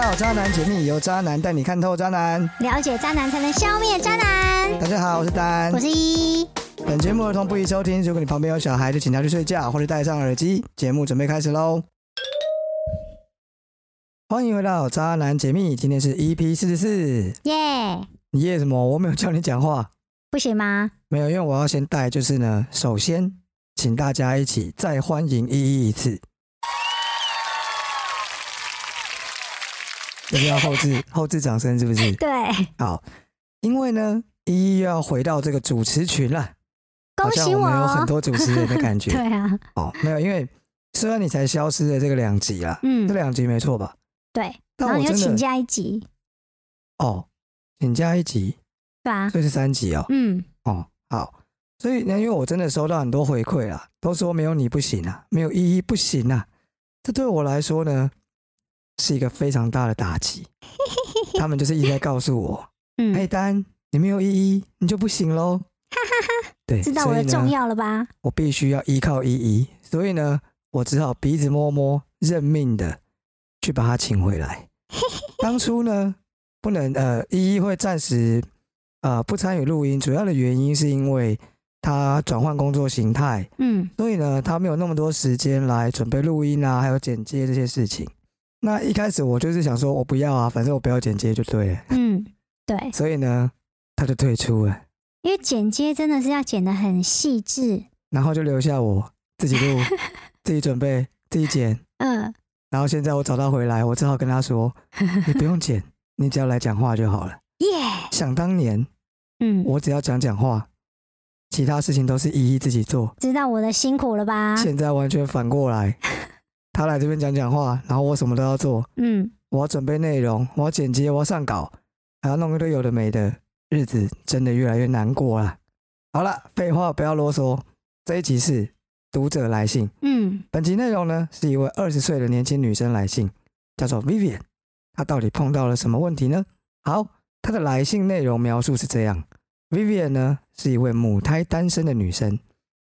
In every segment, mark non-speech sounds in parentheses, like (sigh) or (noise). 好，渣男解密由渣男带你看透渣男。了解渣男才能消灭渣男。大家好，我是丹我。是一，本节目儿童不宜收听，如果你旁边有小孩，就请他去睡觉或者戴上耳机。节目准备开始喽！欢迎回到渣男解密，今天是 EP 四十四。耶、你耶什么？我没有叫你讲话，不行吗？没有，因为我要先带，就是呢，首先请大家一起再欢迎依依一次。一定要后置后置掌声，是不是？对，好，因为呢，依依又要回到这个主持群了，好恭像喜我我们有很哦。多主持人的感对觉。啊， (laughs) 哦，没有，因为虽然你才消失了这个两集啦，嗯这两集没错吧？对，但然后我你又真的请假一集，哦，请加一集，对吧、啊？所以是三集哦。嗯，哦，好，所以呢，因为我真的收到很多回馈啦，都说没有你不行啊，没有依依不行啊，这对我来说呢是一个非常大的打击。他们就是一直在告诉我，嗯，黑哎丹，你没有依依，你就不行喽。对，知道我所的以呢重要了吧？我必须要依靠依依，所以呢，我只好鼻子摸摸，认命的去把她请回 (laughs) 来。当初呢，不能呃，依依会暂时呃不参与录音，主要的原因是因为她转换工作形态，嗯，所以呢，她没有那么多时间来准备录音啊，还有剪接这些事情。那一开始我就是想说，我不要啊，反正我不要剪接就对了，嗯，对，所以呢，她就退出了，因为剪接真的是要剪得很细致。然后就留下我自己录、自己准备、自己剪。嗯，然后现在我找他回来，我只好跟他说：“你不用剪，你只要来讲话就好了。耶、”想当年，嗯，我只要讲讲话，其他事情都是依依自己做。知道我的辛苦了吧？现在完全反过来，他来这边讲讲话，然后我什么都要做，嗯，我要准备内容，我要剪接，我要上稿，还要弄一堆有的没的，日子真的越来越难过了。好了，废话不要啰嗦，这一集是读者来信。嗯，本集内容呢是一位二十岁的年轻女生来信，叫做 Vivian，她到底碰到了什么问题呢？好，她的来信内容描述是这样：Vivian 呢是一位母胎单身的女生，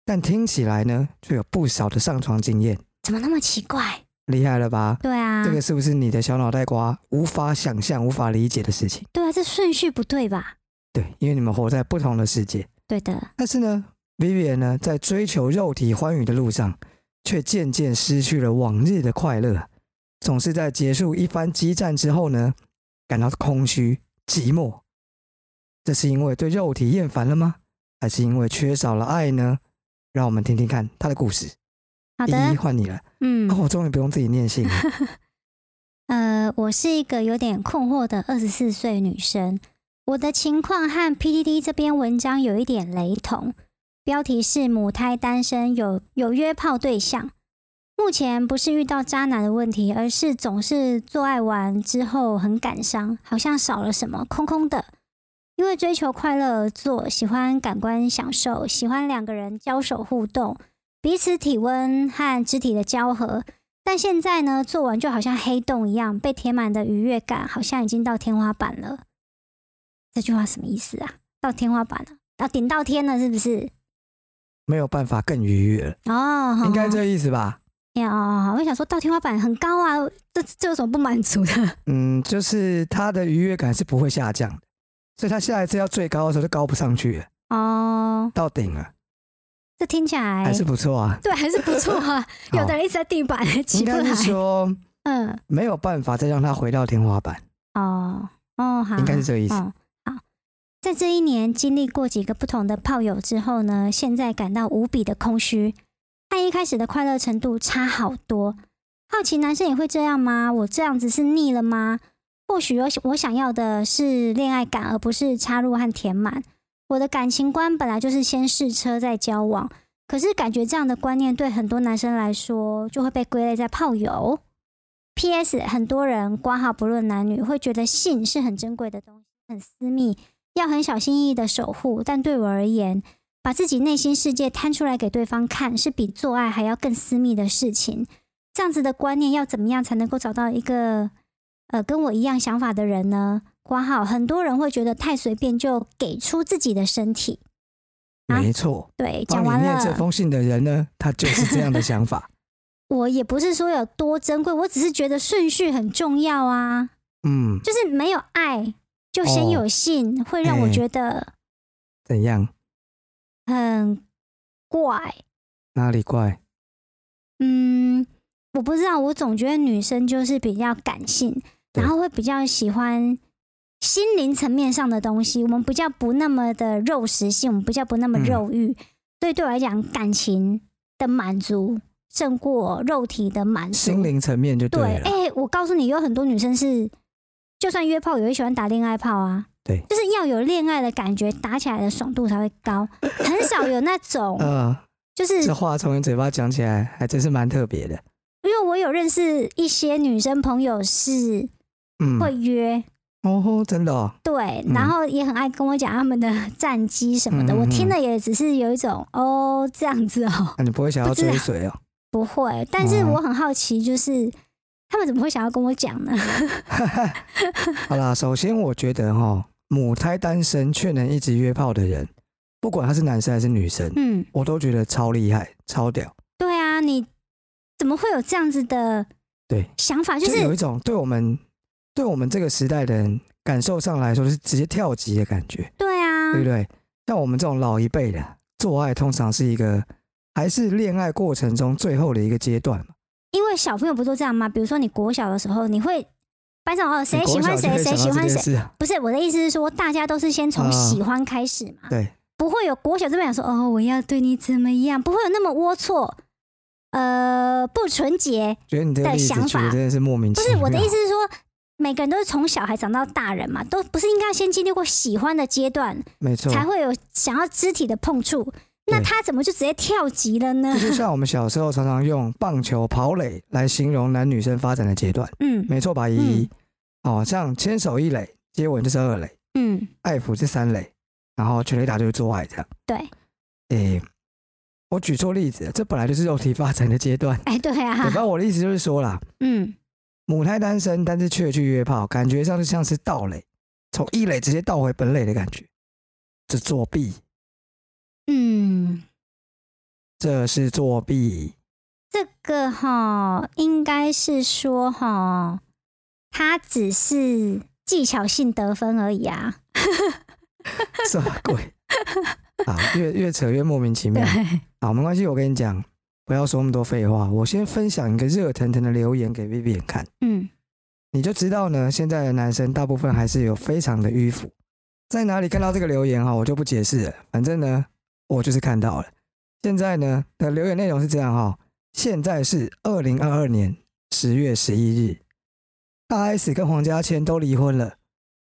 但听起来呢却有不少的上床经验，怎么那么奇怪？厉害了吧？对啊，这个是不是你的小脑袋瓜无法想象、无法理解的事情？对啊，这顺序不对吧？对，因为你们活在不同的世界。对的，但是呢，Vivian 呢，在追求肉体欢愉的路上，却渐渐失去了往日的快乐，总是在结束一番激战之后呢，感到空虚、寂寞。这是因为对肉体厌烦了吗？还是因为缺少了爱呢？让我们听听看他的故事。好一的一，换你了，嗯哦，，我终于不用自己念信了。呃，我是一个有点困惑的二十四岁女生，我的情况和 PDD 这篇文章有一点雷同，标题是“母胎单身有有约炮对象”。目前不是遇到渣男的问题，而是总是做爱完之后很感伤，好像少了什么，空空的。因为追求快乐而做，喜欢感官享受，喜欢两个人交手互动，彼此体温和肢体的交合，但现在呢，做完就好像黑洞一样，被填满的愉悦感好像已经到天花板了。这句话什么意思啊？到天花板了，啊，顶到天了，是不是？没有办法更愉悦了，哦，好应该好这意思吧？哎呀哦，好我想说到天花板很高啊，这这有什么不满足的？嗯，就是他的愉悦感是不会下降的，所以他下一次要最高的时候就高不上去了，哦，到顶了。这听起来还是不错啊。对，还是不错啊。哎有的人一直在地板起应不该来是，说嗯，没有办法再让他回到天花板，哦哦，好，应该是这个意思。嗯，好，在这一年经历过几个不同的炮友之后呢，现在感到无比的空虚，和一开始的快乐程度差好多。好奇男生也会这样吗？我这样子是腻了吗？或许我我想要的是恋爱感，而不是插入和填满。我的感情观本来就是先试车再交往，可是感觉这样的观念对很多男生来说就会被归类在炮友。P.S. 很多人挂号不论男女，会觉得性是很珍贵的东西。很私密，要很小心翼翼的守护。但对我而言，把自己内心世界摊出来给对方看，是比做爱还要更私密的事情。这样子的观念要怎么样才能够找到一个呃跟我一样想法的人呢？括号很多人会觉得太随便就给出自己的身体。啊没错，对，帮哦讲你完念这了，封信的人呢，他就是这样的想法。我也不是说有多珍贵，我只是觉得顺序很重要啊。 (laughs) 嗯，就是没有爱，就先有性，会让我哦哎觉得怎样？很怪。哪里怪？嗯，我不知道，我总觉得女生就是比较感性，对然后会比较喜欢心灵层面上的东西。我们比较不那么的肉食性，我们比较不那么嗯肉欲，所以对我来讲，感情的满足胜过肉体的满足。心灵啊层面就对，了。哎、我告诉你，有很多女生是，就算约炮，也会喜欢打恋爱炮啊。对就是要有恋爱的感觉，打起来的爽度才会 (laughs) 高，很少有那种呃，哎就是这话从你嘴巴讲起来，还真是蛮特别的。因为我有认识一些女生朋友是嗯，会约，哦吼，真的哦，对，嗯然后也很爱跟我讲他们的 (laughs) 战绩什么的，嗯嗯我嗯听了也只是有一种哦这样子哦，那你不会想要追随 (laughs) 哦？不会，但是哦我很好奇，就是他们怎么会想要跟我讲呢？ (laughs) 好啦，首先我觉得哈、母胎单身却能一直约炮的人，不管他是男生还是女生，嗯，我都觉得超厉害、超屌。对啊，你怎么会有这样子的对，想法？就就是有一种对我们、对我们这个时代的人感受上来说，是直接跳级的感觉，对啊，对不对？像我们这种老一辈的，做爱通常是一个还是恋爱过程中最后的一个阶段嘛。因为小朋友不都这样吗？比如说你国小的时候，你会班上哦谁你喜国小欢就会谁，谁想到喜欢这件谁，事啊？不是我的意思是说，大家都是先从啊喜欢开始嘛，对，不会有国小这边讲说哦我要对你怎么样，不会有那么龌龊，呃不纯洁。觉得你这个的例子想举法的真的是莫名不其是妙。我的意思是说，每个人都是从小孩长到大人嘛，都不是应该先经历过喜欢的阶段，没错，才会有想要肢体的碰触。那对他怎么就直接跳级了呢这？就像我们小时候常常用棒球、跑垒来形容男女生发展的阶段，嗯没错吧？依依，哦，像牵手一垒，接吻就是二垒，嗯，爱抚是三垒，然后全垒打就是做爱这样。对，诶、我举错例子，这本来就是肉体发展的阶段。哎对对啊反，正我的意思就是说啦，嗯母胎单身，但是却去约炮，感觉上就像是盗垒，从一垒直接倒回本垒的感觉，这作弊，嗯，这是作弊。这个哈应该是说哈，他只是技巧性得分而已啊。什么鬼？啊，越越扯越莫名其妙。好，没关系，我跟你讲，不要说那么多废话，我先分享一个热腾腾的留言给 Vivian 看，嗯你就知道呢，现在的男生大部分还是有非常的迂腐。在哪里看到这个留言哈，我就不解释了，反正呢，我就是看到了。现在呢的留言内容是这样哈，现在是二零二二年十月十一日，大 S 跟黄家千都离婚了，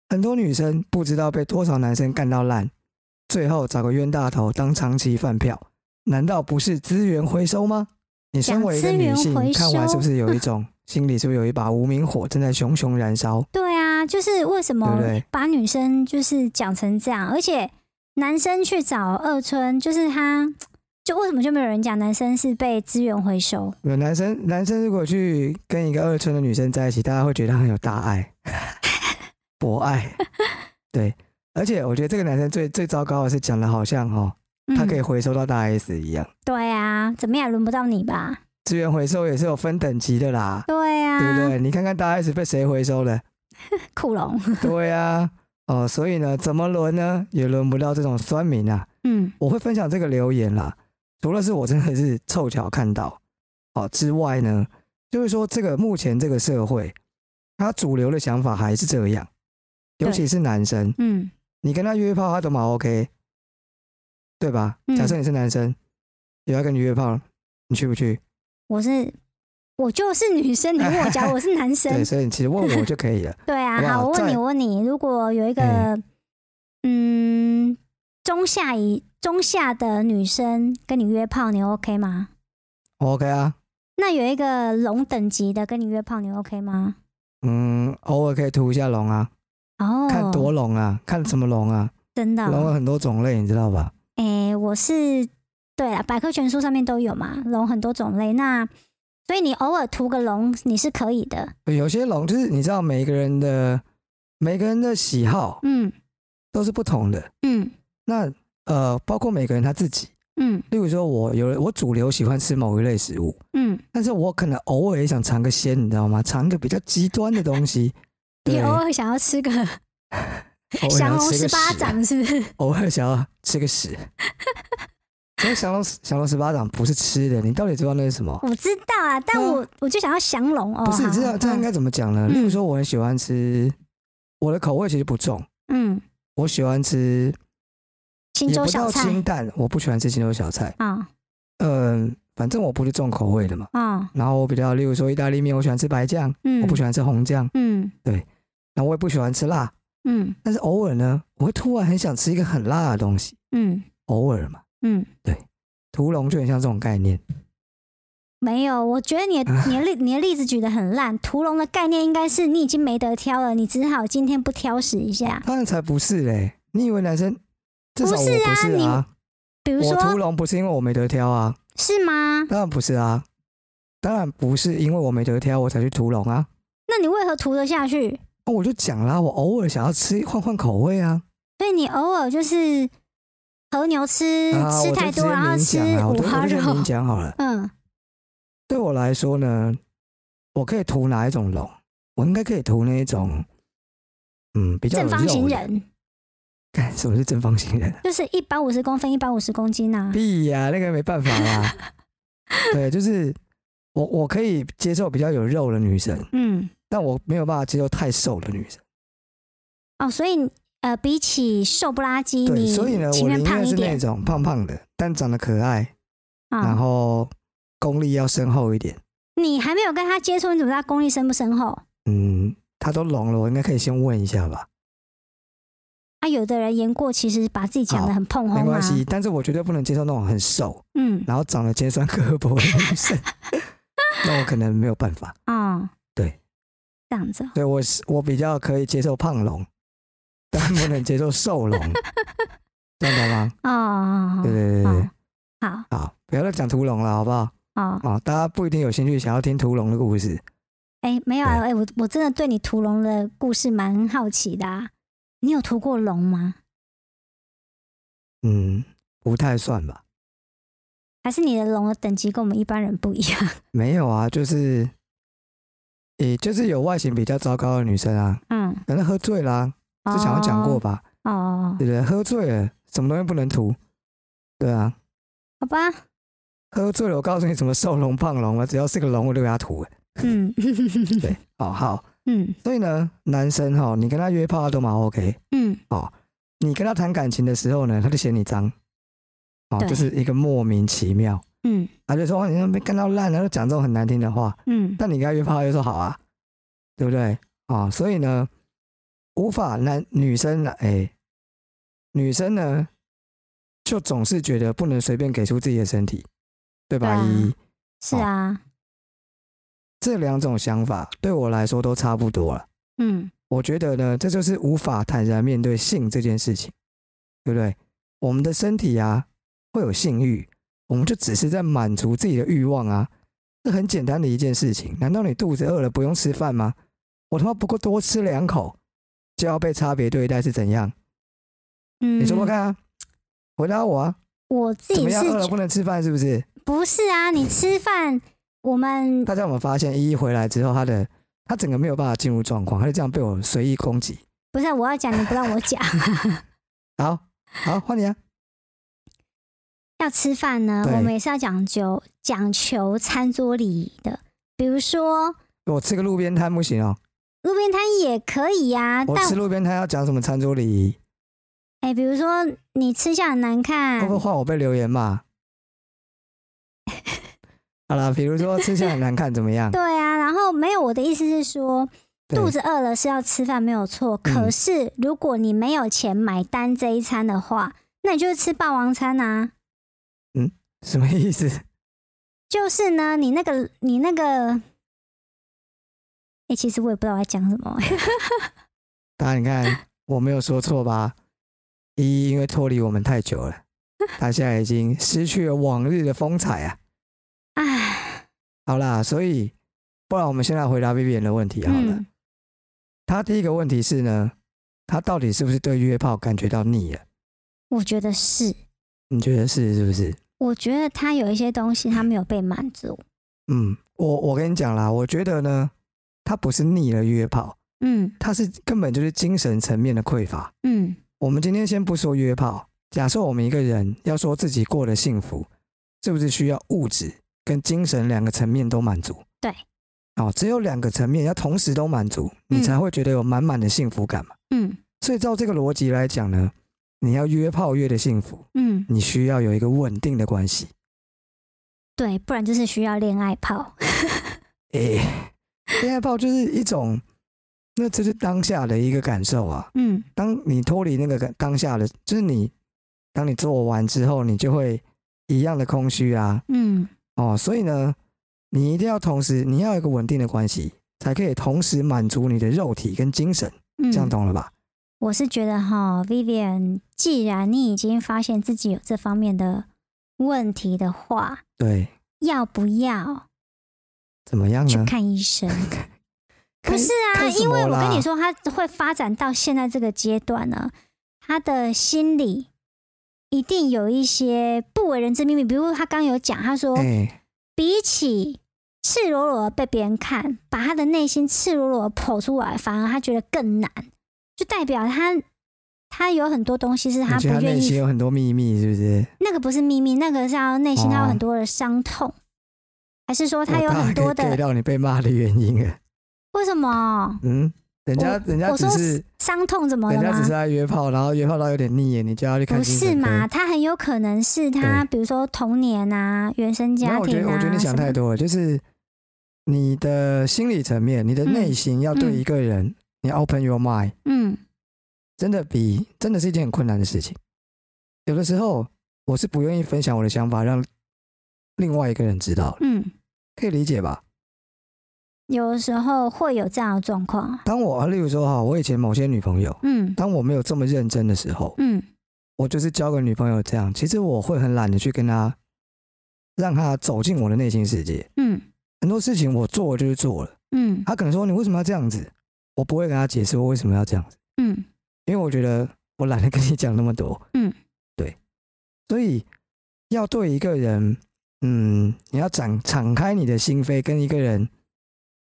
很多女生不知道被多少男生干到烂，最后找个冤大头当长期饭票，难道不是资源回收吗？你身为一个女讲资源回性，收看完是不是有一种心里是不是有一把无名火正在熊熊燃烧？对啊，就是为什对么不对把女生就是讲成这样，而且男生去找二春，就是他，就为什么就没有人讲男生是被资源回收？有男生，男生如果去跟一个二春的女生在一起，大家会觉得他很有大爱、 (laughs) 博爱，对。而且我觉得这个男生最最糟糕的是讲的好像哦，嗯、他可以回收到大 S 一样，对啊，怎么样也轮不到你吧？资源回收也是有分等级的啦，对啊，对不对？你看看大 S 被谁回收的？库龙，对啊，哦，所以呢，怎么轮呢？也轮不到这种酸民啊。嗯我会分享这个留言啦，除了是我真的是凑巧看到哦之外呢，就是说这个目前这个社会，他主流的想法还是这样，尤其是男生，嗯，你跟他约炮他都蛮 OK，对吧？嗯假设你是男生，有要跟你约炮，你去不去？我是我就是女生，你问我讲我是男 (laughs) 生对，，所以你其实问我就可以 (laughs) 了。对啊，好不好好，我问再你，我问你，如果有一个、哎嗯中下以中下的女生跟你约炮，你 OK 吗？我 OK 啊，那有一个龙等级的跟你约炮，你 OK 吗？嗯，偶尔可以涂一下龙啊，哦，看多龙啊，看什么龙啊，真的龙有哦，很多种类，你知道吧？哎、我是对了，百科全书上面都有嘛，龙很多种类，那所以你偶尔涂个龙你是可以的，有些龙就是你知道，每个人的每个人的喜好嗯都是不同的。嗯那呃，包括每个人他自己，嗯例如说我有我主流喜欢吃某一类食物，嗯，但是我可能偶尔也想尝个鲜，你知道吗？尝一个比较极端的东西，对，也偶尔想要吃个偶尔啊降想龙吃十个八屎啊掌，是不是？偶尔想要吃个屎。所以降龙降龙十八掌不是吃的，你到底知道那是什么？我知道啊，但对啊我我就想要降龙哦。不是，好这样这样应该怎么讲呢？例如嗯说，我很喜欢吃，我的口味其实不重，嗯，我喜欢吃青也州不小到清菜淡，我不喜欢吃青州小菜。啊嗯、反正我不是重口味的嘛。啊然后我比较，例如说意大利面，我喜欢吃白酱，嗯，我不喜欢吃红酱，嗯然后我也不喜欢吃辣。嗯但是偶尔呢，我会突然很想吃一个很辣的东西，嗯偶尔嘛。嗯，屠龙就很像这种概念，没有，我觉得你的啊你的例你的例子举得很烂。屠龙的概念应该是你已经没得挑了，你只好今天不挑食一下。当然才不是嘞！你以为男生？至少我不是啊不是啊，比如我屠说，龙不是因为我没得挑啊，是吗？当然不是啊，当然不是因为我没得挑我才去屠龙啊。那你为何屠得下去？那我就讲啦，我偶尔想要吃换换口味啊，所以你偶尔就是和牛吃、啊，嗯吃我就太直接多，然后明吃讲啊，我五就花我就肉直接，明讲好了。嗯对我来说呢，我可以屠哪一种龙？我应该可以屠那一种，嗯，比较有正方形肉的。人干什么是正方形 (laughs) 人？啊就是一百五十公分、一百五十公斤啊。屁呀、那个没办法啦。对，就是我我可以接受比较有肉的女生，嗯，但我没有办法接受太瘦的女生。哦，所以呃，比起瘦不拉几，对，你所以呢，情我愿宁胖愿一是那点种胖胖的，但长得可爱，然啊。后功力要深厚一点。你还没有跟他接触，你怎么知道功力深不深厚？嗯，她都聋了，我应该可以先问一下吧？啊，有的人言过其实把自己讲的好很碰没轰啊关。系，但是我绝对不能接受那种很瘦，嗯然后长得尖酸刻薄的女 (laughs) 生，那我可能没有办法。啊，对，这样子哦。所以我是我比较可以接受胖龙， (laughs) 但不能接受瘦 (laughs) 龙，这样懂吗？哦哦，哦对对对对对哦，好好，不要再讲屠龙了，好不好？哦，啊，大家不一定有兴趣想要听屠龙的故事，哎，没有啊，对哎，我我真的对你屠龙的故事蛮好奇的啊。你有屠过龙吗？嗯，不太算吧？还是你的龙的等级跟我们一般人不一样？ (laughs) 没有啊，就是，也就是有外形比较糟糕的女生啊，嗯，可能喝醉啦、之前有讲过吧？哦哦，哦对不对？喝醉了，什么东西不能涂？对啊，好吧，喝醉了，我告诉你什么瘦龙胖龙啊，只要是个龙我就给他涂了。嗯对，好好，嗯所以呢，男生哈，你跟他约炮他都蛮 OK，嗯，你跟他谈感情的时候呢，他就嫌你脏，哦，对就是一个莫名其妙，嗯他就说哇你那边干到烂了，然后讲这种很难听的话，嗯但你跟他约炮他就说好啊，对不对？啊、所以呢，无法男女生呢，哎、女生呢，就总是觉得不能随便给出自己的身体，对吧？对啊依依是哦啊，这两种想法对我来说都差不多了。嗯我觉得呢，这就是无法坦然面对性这件事情，对不对？我们的身体啊会有性欲，我们就只是在满足自己的欲望啊，这很简单的一件事情。难道你肚子饿了不用吃饭吗？我他妈不过多吃两口就要被差别对待是怎样？嗯，你说说看啊，回答我啊，我自怎己么是样？饿了觉不能吃饭是不是？不是啊，你吃饭我们大家有没有发现，依依回来之后，她的她整个没有办法进入状况，她就这样被我随意攻击。不是啊、我要讲，你不让我讲。 (laughs) 好，好，换你啊。要吃饭呢，对我们也是要讲究讲求餐桌礼仪的，比如说我吃个路边摊不行哦、路边摊也可以呀、我但吃路边摊要讲什么餐桌礼仪，哎、比如说你吃相很难看会不会换我被留言骂？ (laughs) 好啦，比如说吃相很难看怎么样？对啊，然后没有我的意思是说，对嗯 (laughs) 肚子饿了是要吃饭没有错，可是如果你没有钱买单这一餐的话，那你就是吃霸王餐啊。什么意思？就是呢，你那个你那个，哎、其实我也不知道我在讲什么、 (laughs) 大家你看，我没有说错吧？依依因为脱离我们太久了，她现在已经失去了往日的风采啊。唉，好啦，所以不然我们现在回答 Vivian 的问题好了。嗯她第一个问题是呢，她到底是不是对约炮感觉到腻了？我觉得是，你觉得是是不是？我觉得他有一些东西他没有被满足。嗯，我我跟你讲啦，我觉得呢，他不是腻了约炮，嗯它是根本就是精神层面的匮乏。嗯我们今天先不说约炮，假设我们一个人要说自己过得幸福，是不是需要物质跟精神两个层面都满足？对。哦，只有两个层面要同时都满足，嗯你才会觉得有满满的幸福感嘛。嗯所以照这个逻辑来讲呢，你要约炮约的幸福，嗯，你需要有一个稳定的关系。对，不然就是需要恋爱泡。 (laughs) 诶、 (laughs) 恋爱炮就是一种，那这是当下的一个感受啊。嗯当你脱离那个感当下的，就是你，当你做完之后，你就会一样的空虚啊，嗯哦，所以呢，你一定要同时，你要有一个稳定的关系，才可以同时满足你的肉体跟精神，嗯，这样懂了吧？我是觉得哈，Vivian，既然你已经发现自己有这方面的问题的话，对，要不要怎么样去呢？看医生？不看是啊，看什因为么我跟啦你说，他会发展到现在这个阶段呢，他的心理一定有一些不为人知秘密。比如他刚有讲，他说、哎、比起赤裸裸地被别人看，把他的内心赤裸裸地剖出来，反而他觉得更难，就代表他他有很多东西是他你不觉得他愿内心意。有很多秘密，是不是？那个不是秘密，那个是要内心他有哦很多的伤痛，还是说他我有大概很多 get 的到你被骂的原因了。为什么嗯，人家人家我只说是伤痛怎么了人家只是吗？在约炮，然后约炮到有点腻眼，你就要去看不精是神科嘛？？他很有可能是他，比如说童年啊、原生没家有，我觉庭得啊，我觉得你想太什么多了，就是你的心理层面，你的内心要对嗯一个人，你 open your mind，嗯真的比真的是一件很困难的事情。有的时候我是不愿意分享我的想法，让另外一个人知道的，嗯，可以理解吧？有的时候会有这样的状况啊，当我例如说哈，我以前某些女朋友，嗯当我没有这么认真的时候，嗯我就是交个女朋友这样，其实我会很懒得去跟她，让她走进我的内心世界。嗯很多事情我做了就是做了，嗯她可能说你为什么要这样子，我不会跟她解释我为什么要这样子，嗯因为我觉得我懒得跟你讲那么多。嗯，对，所以要对一个人，嗯，你要展敞开你的心扉，跟一个人，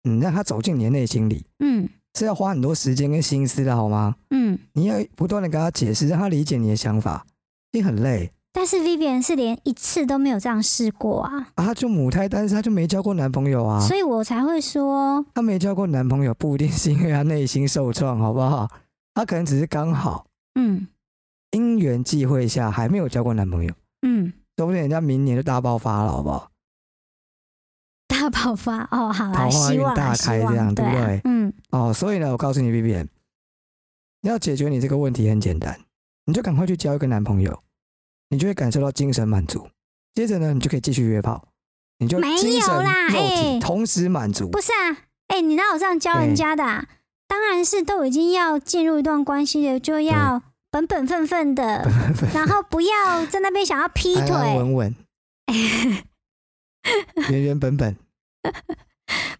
嗯，让他走进你的内心里，嗯是要花很多时间跟心思的好吗？嗯。你要不断的跟他解释，让他理解你的想法，也很累。但是 Vivian 是连一次都没有这样试过啊，啊，她就母胎单身，她就没交过男朋友啊。所以我才会说，她没交过男朋友，不一定是因为她内心受创，好不好？她可能只是刚好嗯因缘际会下还没有交过男朋友，嗯，说不定人家明年就大爆发了，好不好？大爆发哦，好啦，桃花希运望啦大希开这望样对对不啊对嗯哦，所以呢，我告诉你，B B N，要解决你这个问题很简单，你就赶快去交一个男朋友，你就会感受到精神满足。接着呢，你就可以继续约炮，你就没精有神、啦肉哎体同时满足。不是啊，哎、你哪有这样教人家的、啊？当然是都已经要进入一段关系了，就要本本分分的，然后不要在那边想要劈安安腿，稳 (laughs) 稳，原原本本。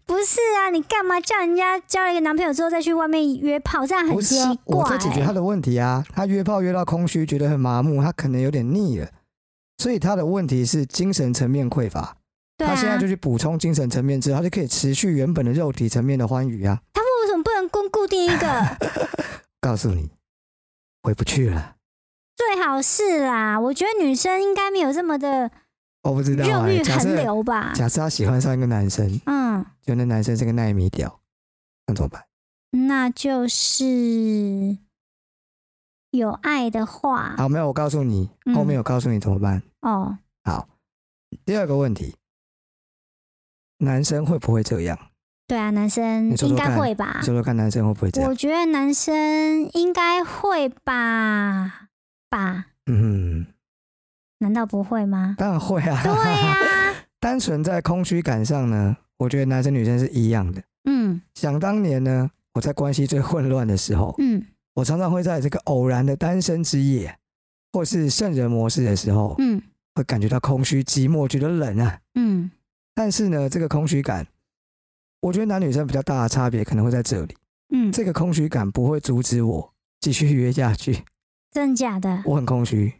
不是啊？你干嘛叫人家交了一个男朋友之后再去外面约炮？这样很不是奇啊，怪、我在解决他的问题啊。他约炮约到空虚，觉得很麻木，他可能有点腻了，所以他的问题是精神层面匮乏。对他现在啊就，去补充精神层面之后，他就可以持续原本的肉体层面的欢愉啊。他们为什么不能固固定一个？告诉你，回不去了。最好是啦，我觉得女生应该没有这么的我不知道、肉啊。欲假横设流吧？假设他喜欢上一个男生，嗯，就那男生是个耐米屌，那怎么办？那就是有爱的话好，没有，我告诉你，啊嗯后面有告诉你怎么办。哦，第二个问题，男生会不会这样？对啊，男生你说应说该看会吧？说说看，男生会不会这样啊我？觉得男生应该会吧？吧？嗯，？难道不会吗 (laughs) 当然会啊。对呀、 (laughs) 单纯在空虚感上呢，我觉得男生女生是一样的。嗯想当年呢，我在关系最混乱的时候，嗯我常常会在这个偶然的单身之夜，或是圣人模式的时候，嗯会感觉到空虚、寂寞，觉得冷啊。嗯但是呢，这个空虚感，我觉得男女生比较大的差别可能会在这里。嗯，这个空虚感不会阻止我继续约下去，真假的？我很空虚，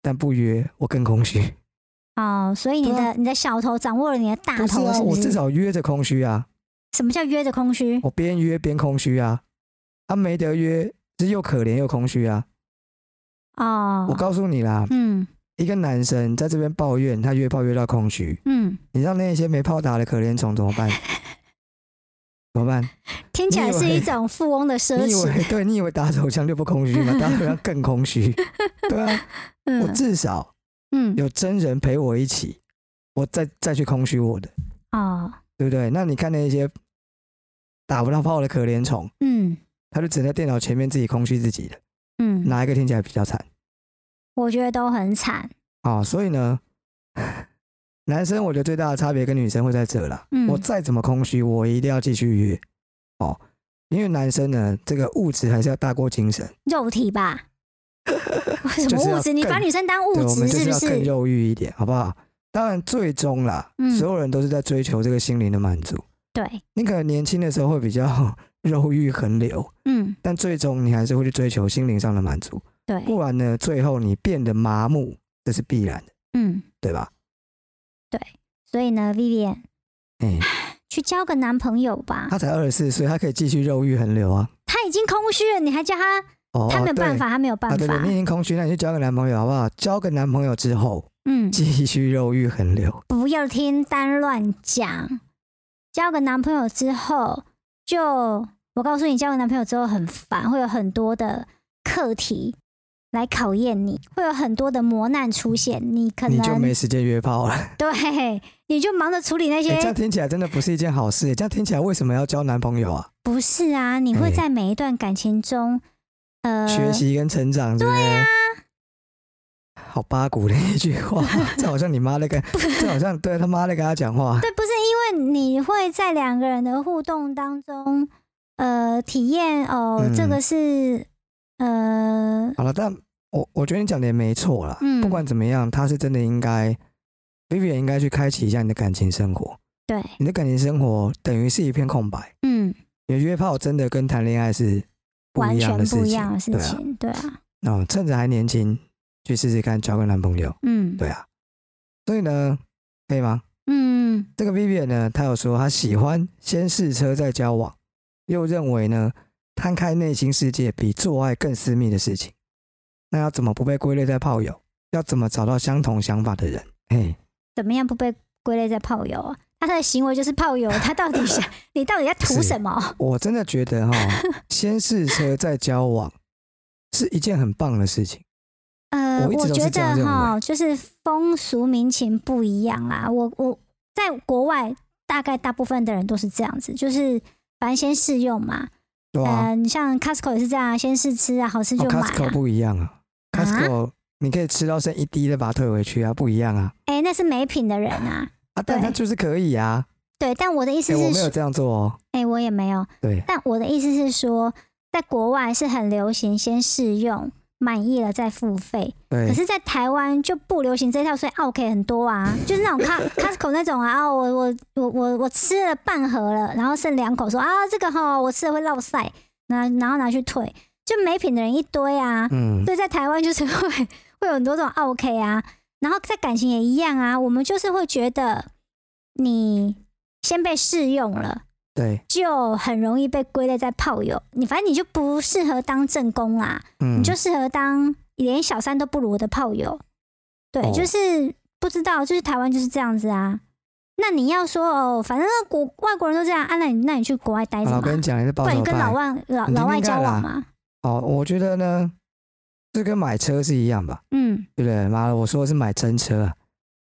但不约我更空虚。哦，所以你的、对啊你的小头掌握了你的大不是头，啊，是不我是？至少约着空虚啊， (laughs) 什么叫约着空虚？我边约边空虚啊。啊，没得约，这又可怜又空虚啊！哦，我告诉你啦，嗯一个男生在这边抱怨，他约炮约到空虚，嗯，你让那些没炮打的可怜虫怎 (laughs) 么办？怎么办？听起你来以是为一种富翁的奢你以侈。为 (laughs) 对你以为打手枪就不空虚 (laughs) 吗？打手枪更空虚，对啊，我嗯至少嗯有真人陪我一起，我再再去空虚我的，哦对不对？那你看那些打不到炮的可怜虫，嗯他就只能在电脑前面自己空虚自己的，嗯，哪一个听起来比较惨？我觉得都很惨。啊、所以呢， (laughs) 男生我觉得最大的差别跟女生会在这啦。嗯我再怎么空虚，我一定要继续约哦，因为男生呢，这个物质还是要大过精神，肉 (laughs) 体吧？什就是么要物质？你把更女生当对，物我们就是质不要更是？肉欲一点，好不好？当然，最终啦，嗯所有人都是在追求这个心灵的满足。对，你可能年轻的时候会比较 (laughs) 肉欲横流，嗯，但最终你还是会去追求心灵上的满足，对，不然呢，最后你变得麻木，这是必然的，嗯，对吧？所以呢，Vivian 哎、去交个男朋友吧。他才二十四岁，他可以继续肉欲横流啊。他已经空虚了，你还叫他？哦，他没有对办法，他没有啊，办对法对，。你已经空虚，那你去交个男朋友好不好？交个男朋友之后， (laughs) 嗯，继续肉欲横流，不要听单乱讲。交个男朋友之后，就我告诉你，交个男朋友之后很烦，会有很多的课题来考验你，会有很多的磨难出现。你可你就能没时间约炮了。对，你就忙着处理那哎、些这样听起来真的不是一件好事。欸这样听起来为什么要交男朋友啊？不是啊，你会哎在每一段感情中，呃，学习跟成长，对不对？好八股的一句 (laughs) 话，这好像你妈在跟，这好像对他妈在跟他讲话。对，不是因为你会在两个人的互动当中，呃，体验哦，嗯这个是呃，好了，但我我觉得你讲的也没错啦。嗯不管怎么样，他是真的应该，Vivian 应该去开启一下你的感情生活。对，你的感情生活等于是一片空白。嗯，因为约炮真的跟谈恋爱是不完一样全的事不情，一样的事对啊，情，对啊，哦，趁着还年轻，去试试看交个男朋友，嗯，对啊。所以呢，可以吗？嗯，这个 Vivian 呢，她有说她喜欢先试车再交往，又认为呢，摊开内心世界比做爱更私密的事情。那要怎么不被归类在炮友？要怎么找到相同想法的人？嘿，怎么样不被归类在炮友啊？那他的行为就是炮友，他到底 (laughs) 想你到底在图是什么？我真的觉 (laughs) 得哈，先试车再交往是一件很棒的事情。呃，我一直我都是觉这样得认哈，就是风俗民情不一样啦。我我在国外，大概大部分的人都是这样子，就是反正先试用嘛。对啊，嗯，像 Costco 也是这样啊，先试吃啊，好吃哦就买 Costco 啊。不一样啊啊，Costco 你可以吃到剩一滴再把它退回去啊，不一样啊。哎、那是没品的人啊。啊，但它对就是可以啊。对，但我的意思哎、我是没有说，这样做哦。哎、我也没有。对，但我的意思是说，在国外是很流行先试用，满意了再付费。可对，是，在啊台湾就不流行这套，所以 OK 很 (laughs) 多啊，就是那种 Co- Costco 那种啊，哦我我我我我吃了半盒了，然后剩两口说啊，这个哈我吃了会落腮，那然后拿去退，就没品的人一堆啊。嗯，所以在台湾就是会会有很多这种 OK 啊，然后在感情也一样啊，我们就是会觉得你先被试用了，对，就很容易被归类在炮友，你反正你就不适合当正宫啦，嗯，你就适合当连小三都不如的炮友。对，哦就是不知道，就是台湾就是这样子啊。那你要说哦，反正国外国人都这样啊，那你那你去国外待着好了，我啊嘛，跟你讲，你是不保然守你跟老派。外老你听听老外交看啦往嘛，哦，我觉得呢，这跟买车是一样吧，嗯，对不对？妈的，我说的是买真车啊，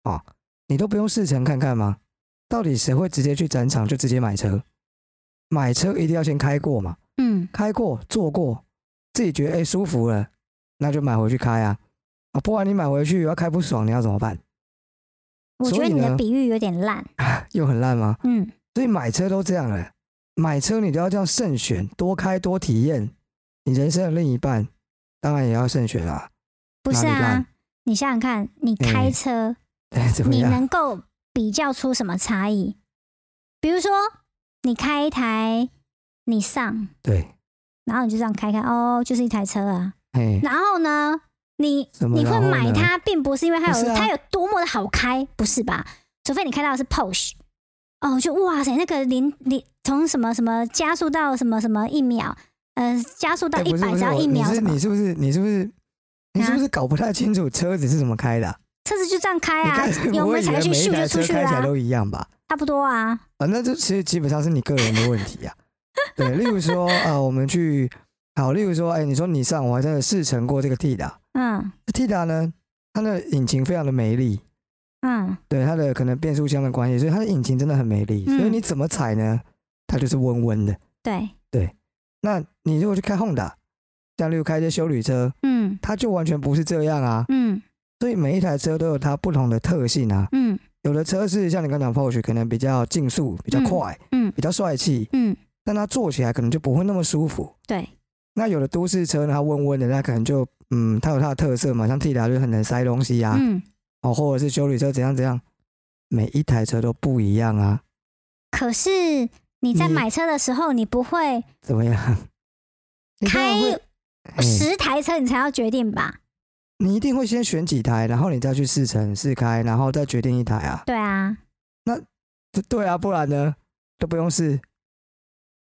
哦，你都不用试乘看看吗？到底谁会直接去展场就直接买车？买车一定要先开过嘛，嗯开过、坐过，自己觉得哎、舒服了，那就买回去开啊。啊，不然你买回去要开不爽，你要怎么办？我觉所得以你的呢比喻有点烂。又很烂吗？嗯所以买车都这样了，买车你都要这样慎选，多开多体验。你人生的另一半，当然也要慎选啊 (laughs) 啦。，不是哪里啊烂，哎你想想看，你开车，对，啊怎么你样？能够比较出什么差异？比如说，你开一台你上，对，然后你就这样开开，哦，就是一台车啊。哎，然后呢，你什么你会然后买呢它，并不是因为它不是有、啊它有多么的好开，不是吧？除非你开到的是 Porsche，哦，就哇塞，那个零零从什么什么加速到什么什么一秒，呃，加速到哎一不是百不只是要我一秒什么，你是你是不是你是不是你是不是搞不太清楚车子是怎么开的啊、车子就这样开啊你 (laughs) 该，油不会以为门踩下去每一咻台就车出去啊开啦、起来都一样吧？差不多啊。啊，那这其实基本上是你个人的问题啊。 (laughs) 对，例如说，呃，我们去，好，例如说，哎、你说你上，我还真的试乘过这个 Tida。嗯 Tida 呢，它的引擎非常的没力，嗯，对它的可能变速箱的关系，所以它的引擎真的很没力，嗯所以你怎么踩呢？它就是温温的。对，那你如果去开 Honda，像例如开一些修旅车，嗯它就完全不是这样啊。嗯所以每一台车都有它不同的特性啊。嗯有的车是像你刚讲 Porsche，可能比较竞速、比较嗯快、嗯比较帅气，嗯，但它坐起来可能就不会那么舒服。对，那有的都市车呢，它温温的，那可能就嗯，它有它的特色嘛，像 T 达就很能塞东西啊，嗯，哦，或者是修理车怎样怎样，每一台车都不一样啊，可是你在你买车的时候，你不会怎么样？ (laughs) 你当开然会嗯嘿十台车你才要决定吧？你一定会先选几台，然后你再去试乘试开，然后再决定一台啊。 (laughs) 对啊，对对啊，不然呢都不用试。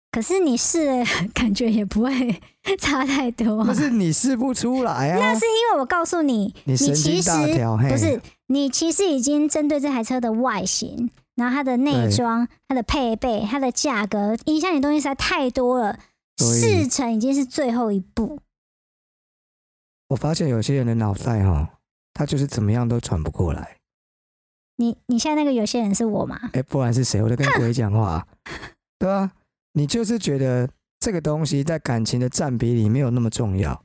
可是你试了， (laughs) 感觉也不会 (laughs) 差太多啊、但是你试不出来啊， (laughs) 那是因为我告诉你，你神经其实大条，嘿不是你其实已经针对这台车的外形，然后它的内对装、它的配备、它的价格，影响你的东西实在太多了。所以试乘已经是最后一步，我发现有些人的脑袋哦，他就是怎么样都转不过来。你你现在那个有些人是我吗？哎、不然是谁？我在跟鬼讲话、对啊，你就是觉得这个东西在感情的占比里没有那么重要，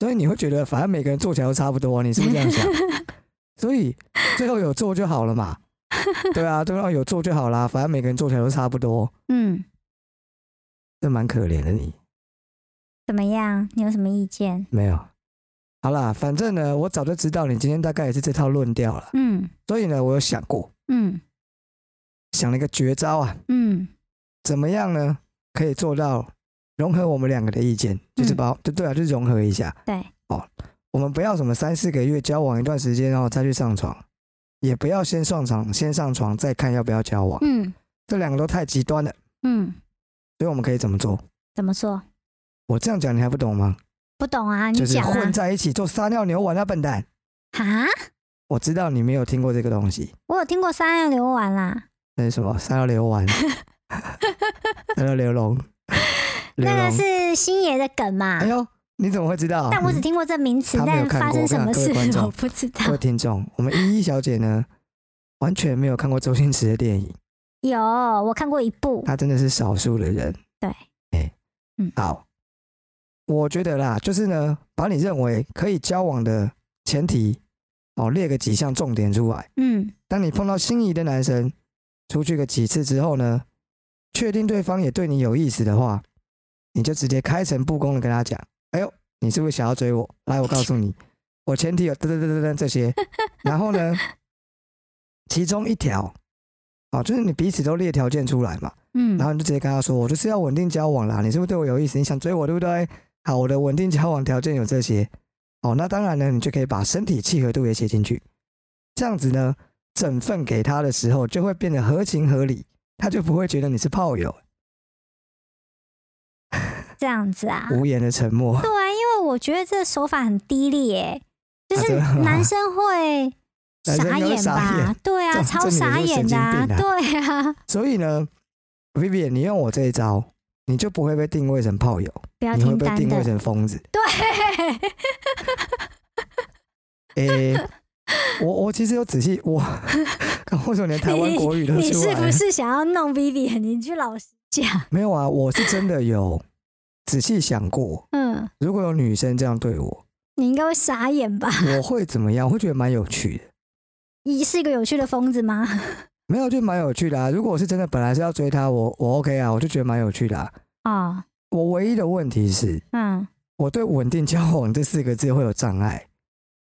所以你会觉得反正每个人做起来都差不多，你是不是这样想？ (laughs) 所以最后有做就好了嘛。对啊，对啊，有做就好啦，反正每个人做起来都差不多，嗯，这蛮可怜的你。怎么样？你有什么意见？没有，好啦，反正呢，我早就知道你今天大概也是这套论调了，嗯所以呢，我有想过，嗯想了一个绝招啊，嗯怎么样呢？可以做到融合我们两个的意嗯见，就是把、就对啊，就是融合一下。对，我们不要什么三四个月交往一段时间，然后再去上床，也不要先上床，先上床再看要不要交往，嗯这两个都太极端了。嗯，所以我们可以怎么做？怎么说？我这样讲你还不懂吗？不懂啊，你就是讲啊混在一起做撒尿牛丸啊，笨蛋！啊！我知道你没有听过这个东西，我有听过三样流丸啦，那是什么撒尿牛丸？ (laughs) (laughs) 撒尿牛龙，牛那个龙。是星爷的梗嘛哎。呦，你怎么会知道？但我只听过这名词他，没有但看过发生什么我跟各事位观众我不知 (laughs) 道各。位听众，我们依依小姐呢，完全没有看过周星驰的电影，有，我看过一部，她真的是少数的人。对，哎、嗯好，我觉得啦，就是呢，把你认为可以交往的前提，哦，列个几项重点出来。嗯当你碰到心仪的男生，出去个几次之后呢，确定对方也对你有意思的话，你就直接开诚布公的跟他讲：“哎呦，你是不是想要追我？来，我告诉你，我前提有噔噔噔噔噔这些，然后呢，其中一条，哦，就是你彼此都列条件出来嘛，然嗯后你就直接跟他说，我就是要稳定交往啦，你是不是对我有意思？你想追我对不对？好，我的稳定交往条件有这些。哦，那当然呢，你就可以把身体契合度也写进去，这样子呢，整份给他的时候就会变得合情合理，他就不会觉得你是炮友。这样子啊。无言的沉默，对啊，因为我觉得这手法很低劣耶，就啊是真的吗男生会 (laughs) 男生傻应该会眼傻 (laughs) 吧眼？对啊，这超这女的傻就是眼的啊，神经病对啊，所以呢，Vivian，你用我这一招，你就不会被定位成炮友，不要你会听被单定位的，成疯 (laughs) 子。对，诶、我我其实有仔细，我 (laughs) 刚为什么连台湾国语都出来 (laughs) 你是了不是想要弄 Vivi？你去老实讲，没有啊，我是真的有仔细想过，嗯，如果有女生这样对我，你应该会傻眼吧？ (laughs) 我会怎么样？我会觉得蛮有趣的。你是一个有趣的疯子吗？ (laughs) 没有，就蛮有趣的啊。如果我是真的本来是要追她，我我 OK 啊，我就觉得蛮有趣的啊。哦，我唯一的问题是，嗯我对“稳定交往”这四个字会有障碍。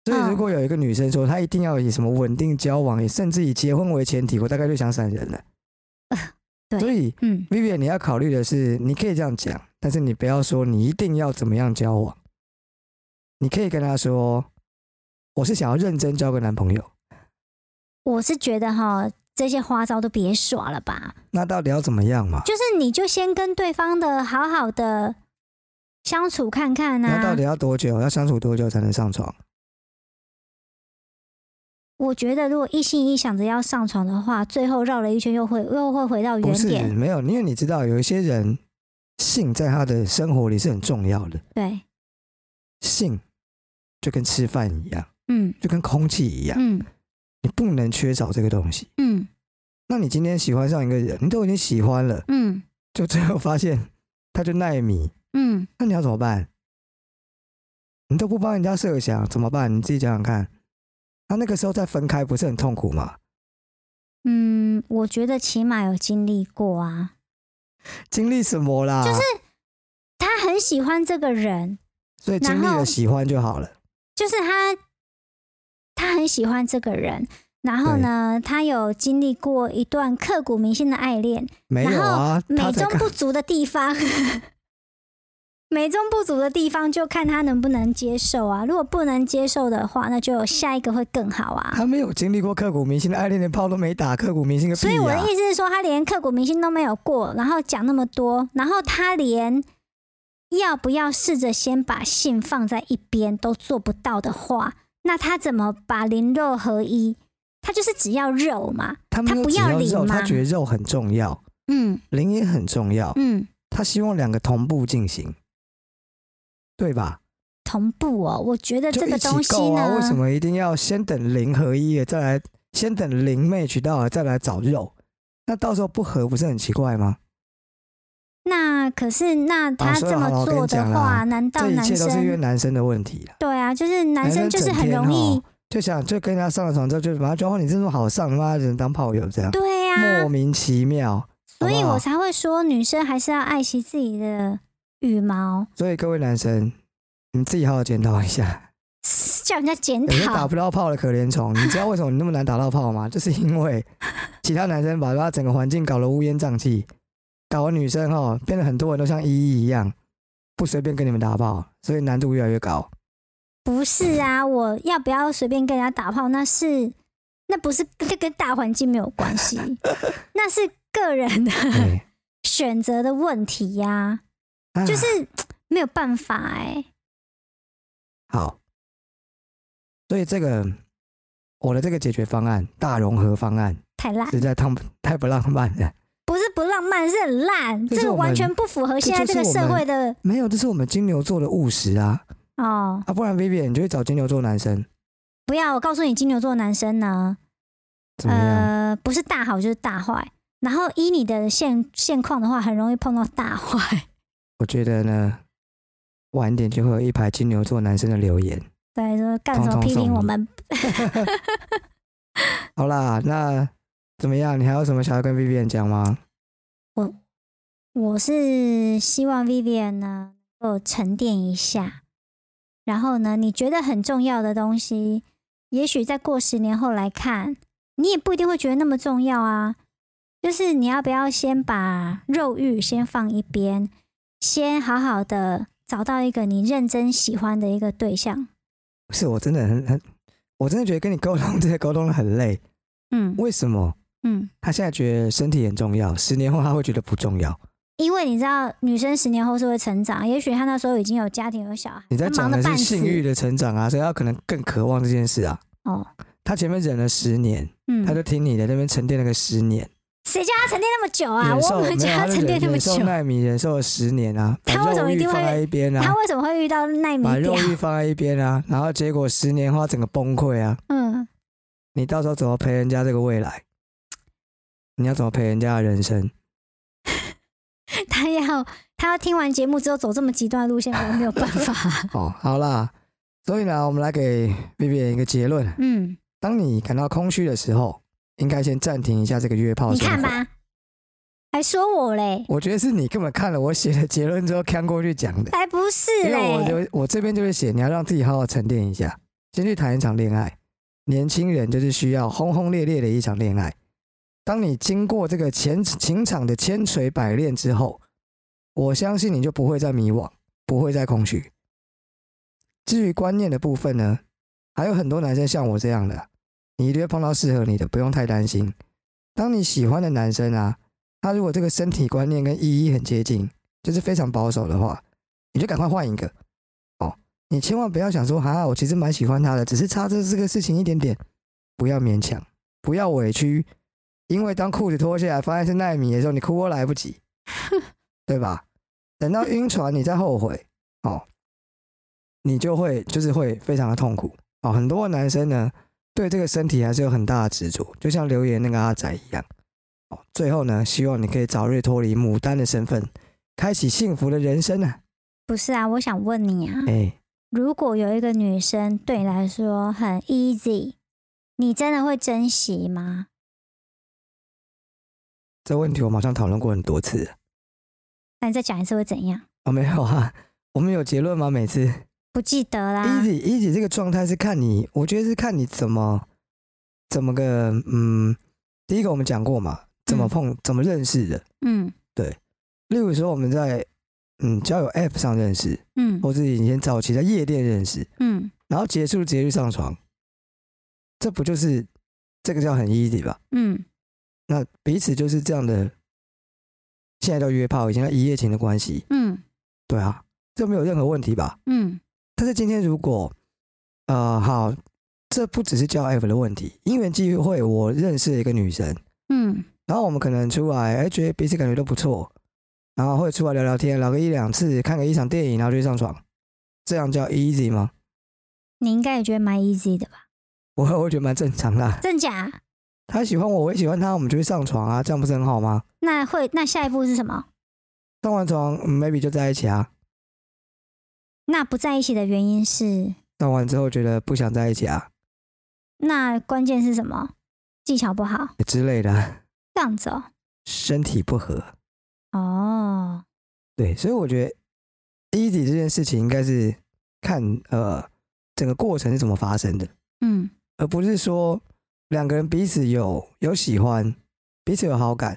所以，嗯如果有一个女生说她一定要以什么稳定交往，甚至以结婚为前提，我大概就想闪人了。对所以嗯，Vivian，你要考虑的是，你可以这样讲，但是你不要说你一定要怎么样交往。你可以跟她说，我是想要认真交个男朋友。我是觉得哈，这些花招都别耍了吧。那到底要怎么样嘛？就是你就先跟对方的好好的相处看看那啊到底。要多久？要相处多久才能上床？我觉得如果一心一意想着要上床的话，最后绕了一圈又会又会回到原不是点。没有，因为你知道有一些人性在他的生活里是很重要的，对，性就跟吃饭一样，嗯就跟空气一样，嗯你不能缺少这个东西。嗯那你今天喜欢上一个人，你都已经喜欢了，嗯就最后发现他就耐米，嗯，那你要怎么办？你都不帮人家设想怎么办？你自己想想看。那那个时候再分开不是很痛苦吗？嗯，我觉得起码有经历过啊。经历什么啦？就是他很喜欢这个人，所以经历然后了喜欢就好了。就是他，他很喜欢这个人。然后呢，他有经历过一段刻骨铭心的爱恋，没有啊，美他在中干不足的地方， (laughs) 美中不足的地方就看他能不能接受啊。如果不能接受的话，那就有下一个会更好啊。他没有经历过刻骨铭心的爱恋，连炮都没打，刻骨铭心个屁、啊所呀！以我的意思是说，他连刻骨铭心都没有过，然后讲那么多，然后他连要不要试着先把性放在一边都做不到的话，那他怎么把灵肉合一？他就是只要肉嘛，他没他有不只要要零肉，吗他觉得肉很重要，嗯零也很重要，嗯，他希望两个同步进行，对吧？同步哦。我觉得就这一个起东西够呢，啊，为什么一定要先等零合一了，啊再来先等零 match 到啊了，再来找肉？那到时候不合不是很奇怪吗？那可是，那啊他所以这好了么我跟做你的讲啦话，难道这一男切都是因为生男生的问题啦。对啊？就是男生就是很容整天易哦，就想就跟人家上了床之后，就把他觉得哦你这么好上，他妈的人当炮友这样，对呀、莫名其妙。所以好不好我才会说女生还是要爱惜自己的羽毛， (laughs) 所以各位男生，你自己好好检讨一下，叫人家检有些打讨。不到炮的可怜虫，你知道为什么你那么难打到炮吗？ (laughs) 就是因为其他男生把他整个环境搞得乌烟瘴气，搞得女生哦变得很多人都像依依一样，不随便跟你们打炮，所以难度越来越高。不是啊，我要不要随便跟人家打炮？那是那不是那跟大环境没有 (laughs) 关系，那是个人的 (laughs) 对选择的问题呀、哎啊就是没有办法哎、好，所以这个我的这个解决方案大融合方案太烂，实在太太不浪漫了。不是不浪漫，是很烂，这这是个我完们全不符合现在这这就个是我社们会的没有，这是我们金牛座的务实啊哦。啊，不然 Vivian 你就会找金牛座男生不要，我告诉你，金牛座男生呢，怎么样？呃，不是大好就是大坏。然后依你的现现况的话，很容易碰到大坏。 (laughs) 我觉得呢，晚一点就会有一排金牛座男生的留言。对，说干什么通通批评送我你们？好啦，那怎么样？你还有什么想要跟 Vivian 讲吗？我是希望 Vivian 呢，能够沉淀一下。然后呢，你觉得很重要的东西，也许在过十年后来看，你也不一定会觉得那么重要啊。就是你要不要先把肉欲先放一边，先好好的找到一个你认真喜欢的一个对象。不是我真的很很，我真的觉得跟你沟通， (laughs) 真的沟通的很累。嗯为什么？嗯，他现在觉得身体很重要，十年后他会觉得不重要。因为你知道，女生十年后是会成长，也许她那时候已经有家庭有小孩，你在她讲忙的得是半死性欲的成长啊，所以他可能更渴望这件事啊。哦。他前面忍了十年，嗯，他就听你的那边沉淀了个十年，谁叫他沉淀那么久啊？忍我受没们有，叫他就沉淀忍那么忍久受，耐米忍受了十年啊，把他为什么肉一欲定放会在一边啊。他为什么会遇到奈米把屌肉？欲放在一边啊，然后结果十年后他整个崩溃啊，嗯，你到时候怎么陪人家这个未来？你要怎么陪人家的人生？他要他要听完节目之后走这么极端的路线，我没有 (laughs) 办法。哦，好啦，所以呢，我们来给 B B 一个结论：嗯，当你感到空虚的时候，应该先暂停一下这个约炮你生活。看吧，还说我嘞，我觉得是你根本看了我写的结论之后看过去讲的，才哎不是因为我嘞。就我这边就是写，你要让自己好好沉淀一下，先去谈一场恋爱。年轻人就是需要轰轰烈烈的一场恋爱。当你经过这个前情场的千锤百炼之后，我相信你就不会再迷惘，不会再空虚。至于观念的部分呢，还有很多男生像我这样的，你一定会碰到适合你的，不用太担心。当你喜欢的男生啊，他如果这个身体观念跟依依很接近，就是非常保守的话，你就赶快换一个哦。你千万不要想说，哈、我其实蛮喜欢他的，只是差这这个事情一点点，不要勉强，不要委屈，因为当裤子脱下来发现是奈米的时候，你哭都来不及，对吧？等到晕船，你再后悔哦，你就会就是会非常的痛苦哦。很多男生呢，对这个身体还是有很大的执着，就像留言那个阿仔一样哦。最后呢，希望你可以早日脱离牡丹的身份，开启幸福的人生啊！不是啊，我想问你啊，哎、如果有一个女生对你来说很 easy，你真的会珍惜吗？这问题我们好像讨论过很多次了那你再讲一次会怎样？哦，没有啊，我们有结论吗？每次、不记得啦。 easy easy 这个状态是看你，我觉得是看你怎么怎么个嗯，第一个我们讲过嘛，怎么嗯碰、怎么认识的。嗯例如说我们在嗯交友 App 上认识，嗯或是以前早期在夜店认识，嗯然后结束直接去上床，这不就是这个叫很 easy 吧？嗯那彼此就是这样的，现在叫约炮，以前叫一夜情的关系，嗯对啊，这没有任何问题吧？嗯但是今天如果，呃，好，这不只是交 F 的问题，因缘际会，我认识了一个女生，嗯然后我们可能出来，哎，觉得彼此感觉都不错，然后会出来聊聊天，聊个一两次，看个一场电影，然后就上床，这样叫 easy 吗？ (laughs) 你应该也觉得蛮 easy 的吧？我我觉得蛮正常的啊。真假？他喜欢我，我也喜欢他，我们就会上床啊，这样不是很好吗？那会那下一步是什么？上完床、嗯 maybe 就在一起啊，那不在一起的原因是？上完之后觉得不想在一起啊那关键是什么？技巧不好，之类的啊，这样子哦。身体不合。哦，对，所以我觉得 easy 这件事情应该是看呃整个过程是怎么发生的，嗯而不是说两个人彼此有有喜欢，彼此有好感，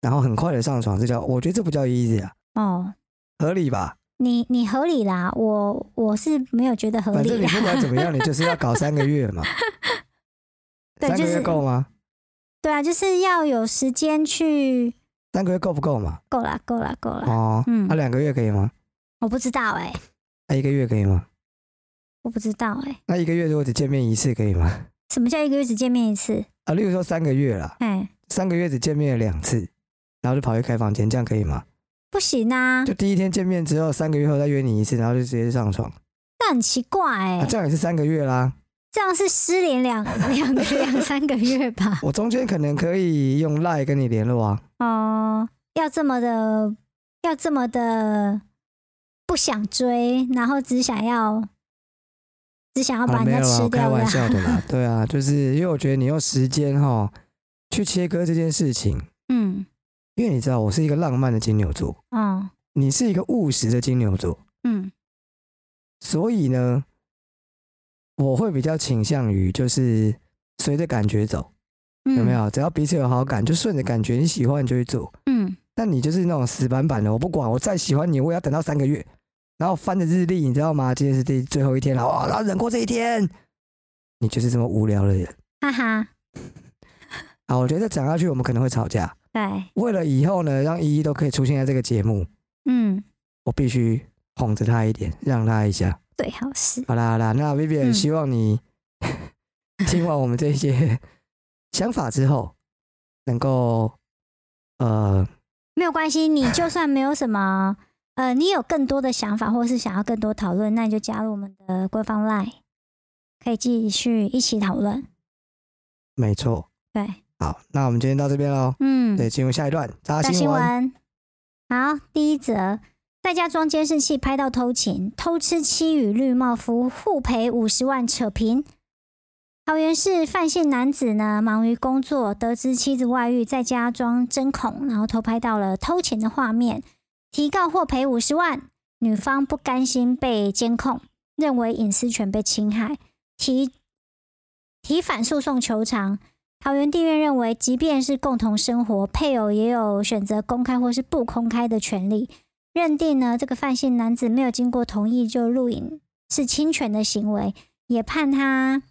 然后很快的上床，这叫我觉得这不叫 easy 啊，哦，合理吧？你你合理啦，我我是没有觉得合反正理啊你啦。不管怎么样，你就是要搞三个月 (laughs) 嘛，对三个就是月够吗？对啊，就是要有时间去三个月够不够嘛？够啦，够啦，够啦。哦，嗯那两个月可以吗？啊我不知道哎、那一个月可以吗？我不知道哎、那一个月如果只见面一次可以吗？什么叫一个月只见面一次？啊，例如说三个月啦，哎，三个月只见面了两次，然后就跑去开房间，这样可以吗？不行啊就，第一天见面之后，三个月后再约你一次，然后就直接上床，这很奇怪哎、啊、这样也是三个月啦。这样是失联两两个两三个月吧？我中间可能可以用赖跟你联络啊，哦，要这么的，要这么的不想追，然后只想要，只想哦要把啊人没家有啦，吃我开掉玩的。笑的 (laughs) 啦，对啊，就是因为我觉得你用时间哈去切割这件事情，嗯，因为你知道我是一个浪漫的金牛座，哦，你是一个务实的金牛座，嗯所以呢，我会比较倾向于就是随着感觉走，嗯，有没？有？只要彼此有好感，就顺着感觉，你喜欢你就去做。嗯，但你就是那种死板板的，我不管，我再喜欢你，我也要等到三个月，然后翻着日历，你知道吗？今天是第最后一天了，哇，然后忍过这一天，你就是这么无聊的人。哈哈，好，我觉得讲下去我们可能会吵架。对，为了以后呢，让依依都可以出现在这个节目，嗯，我必须哄着她一点，让她一下。对，好是，好啦好啦，那 Vivian、嗯希望你 (laughs) 听完我们这些想法之后，能够呃没有关系。你就算没有什么，呃，你有更多的想法，或是想要更多讨论，那你就加入我们的官方 LINE，可以继续一起讨论。没错，对，好，那我们今天到这边喽。嗯，对，进入下一段扎大新新闻。闻。好，第一则，在家装监视器拍到偷情，偷吃妻与绿帽夫互赔五十万扯平。桃园市范姓男子呢，忙于工作，得知妻子外遇，在家装针孔，然后偷拍到了偷情的画面，提告获赔五十万。女方不甘心被监控，认为隐私权被侵害，提提反诉讼求偿。桃园地院认为，即便是共同生活，配偶也有选择公开或是不公开的权利。认定呢，这个范姓男子没有经过同意就录影是侵权的行为，也判他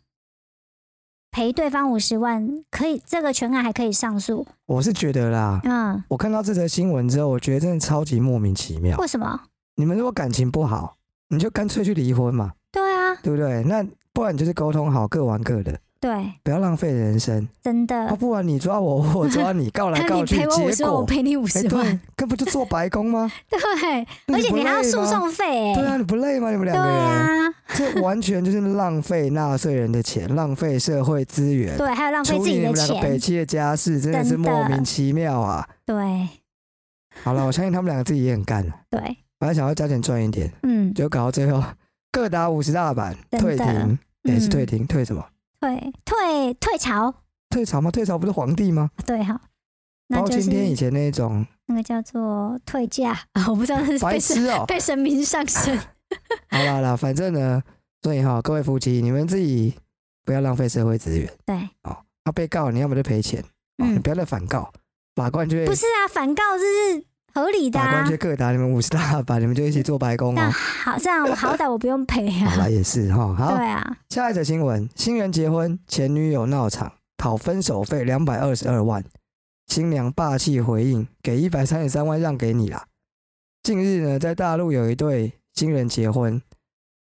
赔对方五十万，可以这个全案还可以上诉。我是觉得啦，嗯，我看到这则新闻之后，我觉得真的超级莫名其妙。为什么？你们如果感情不好，你就干脆去离婚嘛，对啊，对不对？那不然你就是沟通好，各玩各的，对，不要浪费人生。真啊，的。不然你抓我，我抓 (laughs) 你，告来呃那告你去，赔我五十结万，我果赔你五哎，十万 (laughs) 对，，这不就做白工吗？对，那 (laughs) 而且不你还要累诉吗。讼费，对啊，哎你不累吗？你们对两个人，啊，这完全就是浪费纳税人的钱，浪费社会资源，对，啊还有浪费处自理己你的们两个北钱，七的家事，真的是真的莫名其妙啊！对好了，我相信他们两个自己也很干，对，本来想要加钱赚一点，嗯，结果搞到最后各打五十大板，真的退庭，也哎是嗯退庭，退什么？退退退潮，退朝吗？退朝不是皇帝吗？对哈，那包就青天以是前那种那个叫做退价 (laughs) 啊，我不知道 (laughs) 那是白被神痴哦、被神明上 (laughs) 身，好啦好啦，反正呢，所以哈，各位夫妻，你们自己不要浪费社会资源对，哦。他、被告，你要么就赔钱，哦你嗯，不要再反告，法官就会不是啊，反告这是合理的法官啊就会，各打你们五十大板，你们就一起做白工那哦。好，这样我好歹我不用赔好啊，啦，也是哈、好，对啊，下一则新闻：新人结婚，前女友闹场，讨分手费两百二十二万，新娘霸气回应，给一百三十三万让给你啦。近日呢，在大陆有一对新人结婚，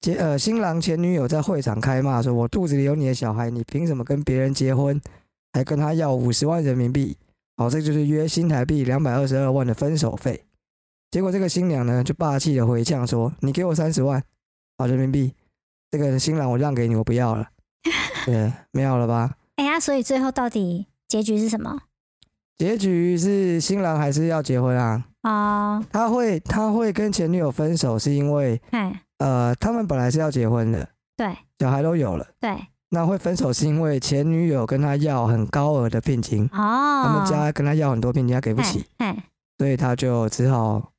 结呃新郎前女友在会场开骂说：“我肚子里有你的小孩，你凭什么跟别人结婚，还跟他要五十万人民币？”好，这就是约新台币两百二十二万的分手费。结果这个新娘呢，就霸气的回呛说：“你给我三十万，好人民币，这个新郎我让给你，我不要了。对，没有了吧？哎呀，所以最后到底结局是什么？结局是新郎还是要结婚啊？哦，他会他会跟前女友分手，是因为哎，呃，他们本来是要结婚的，对小孩都有了，对，那会分手是因为前女友跟他要很高额的聘金，哦，他们家跟他要很多聘金，他给不起，哎，哎，所以他就只好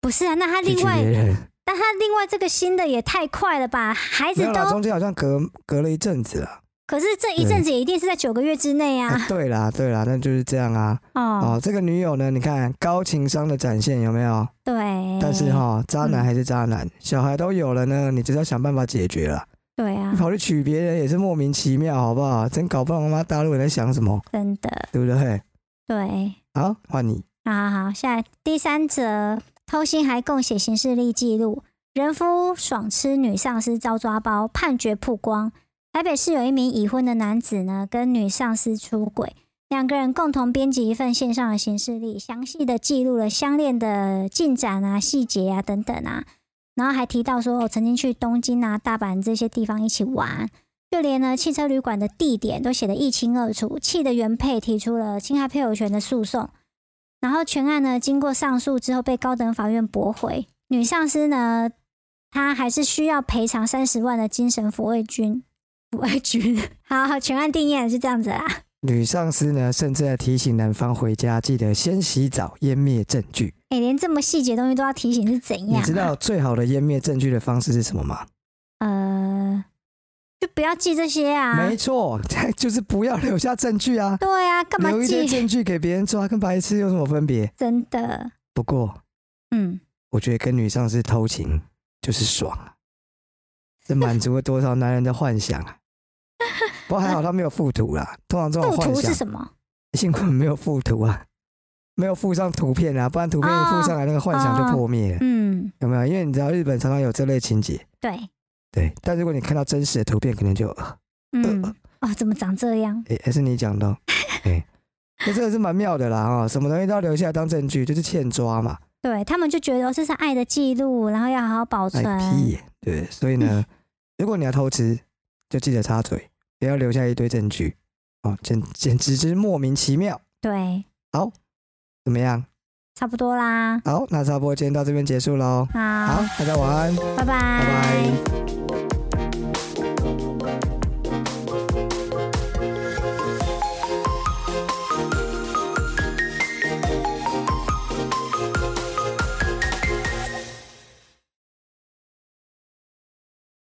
不是啊，那他去另娶别外，人。那他另外这个新的也太快了吧？孩没子有啦，都，中间好像隔隔了一阵子啦。可是这一阵子也一定是在九个月之内啊。哎对啦，对啦，那就是这样啊。哦，哦，这个女友呢，你看高情商的展现有没有？对，但是哈、，渣男嗯还是渣男，小孩都有了呢，你就是要想办法解决了。对啊你，跑去娶别人也是莫名其妙，好不好？真搞不懂他妈大陆人在想什么，真的，对不对？对，好，换你。好好好，下来第三则，偷腥还供写刑事例记录，人夫爽吃女上司遭抓包，判决曝光。台北市有一名已婚的男子呢，跟女上司出轨，两个人共同编辑一份线上的行事历，详细的记录了相恋的进展啊、细节啊等等啊，然后还提到说，哦，曾经去东京啊、大阪这些地方一起玩，就连呢汽车旅馆的地点都写得一清二楚，气得原配提出了侵害配偶权的诉讼。然后全案呢，经过上诉之后被高等法院驳回。女上司呢，她还是需要赔偿三十万的精神抚慰金。抚慰金， (laughs) 好，全案定谳是这样子啦。女上司呢，甚至还提醒男方回家记得先洗澡，湮灭证据。哎、连这么细节的东西都要提醒是怎样、你啊知？道最好的湮灭证据的方式是什么吗？呃，就不要记这些啊没。错， (laughs) 就是不要留下证据啊，对啊，干嘛留一堆记？证据给别人抓，跟白痴有什么分别？真的，不过嗯，我觉得跟女上司偷情就是爽啊，这满足了多少男人的幻想啊！不过还好他没有附图啦，通常这种附幻图想是什么？幸亏没有附图啊，没有附上图片啊，不然图片一附上来，那个幻想哦就破灭了，嗯，有没有？因为你知道日本常常有这类情节，对，对。但如果你看到真实的图片，可能就呃嗯，哦，怎么长这样？诶，还是你讲的哦，哎， (laughs) 那这个是蛮妙的啦啊、哦，什么东西都要留下来当证据，就是欠抓嘛。对他们就觉得哦这是爱的记录，然后要好好保哎存。屁耶，对，所以呢，如果你要偷吃，就记得插嘴，不要留下一堆证据哦，简简直之莫名其妙，对，怎么样？差不多啦。好，那差不多今天到这边结束喽。好，好，大家晚安，拜拜。拜拜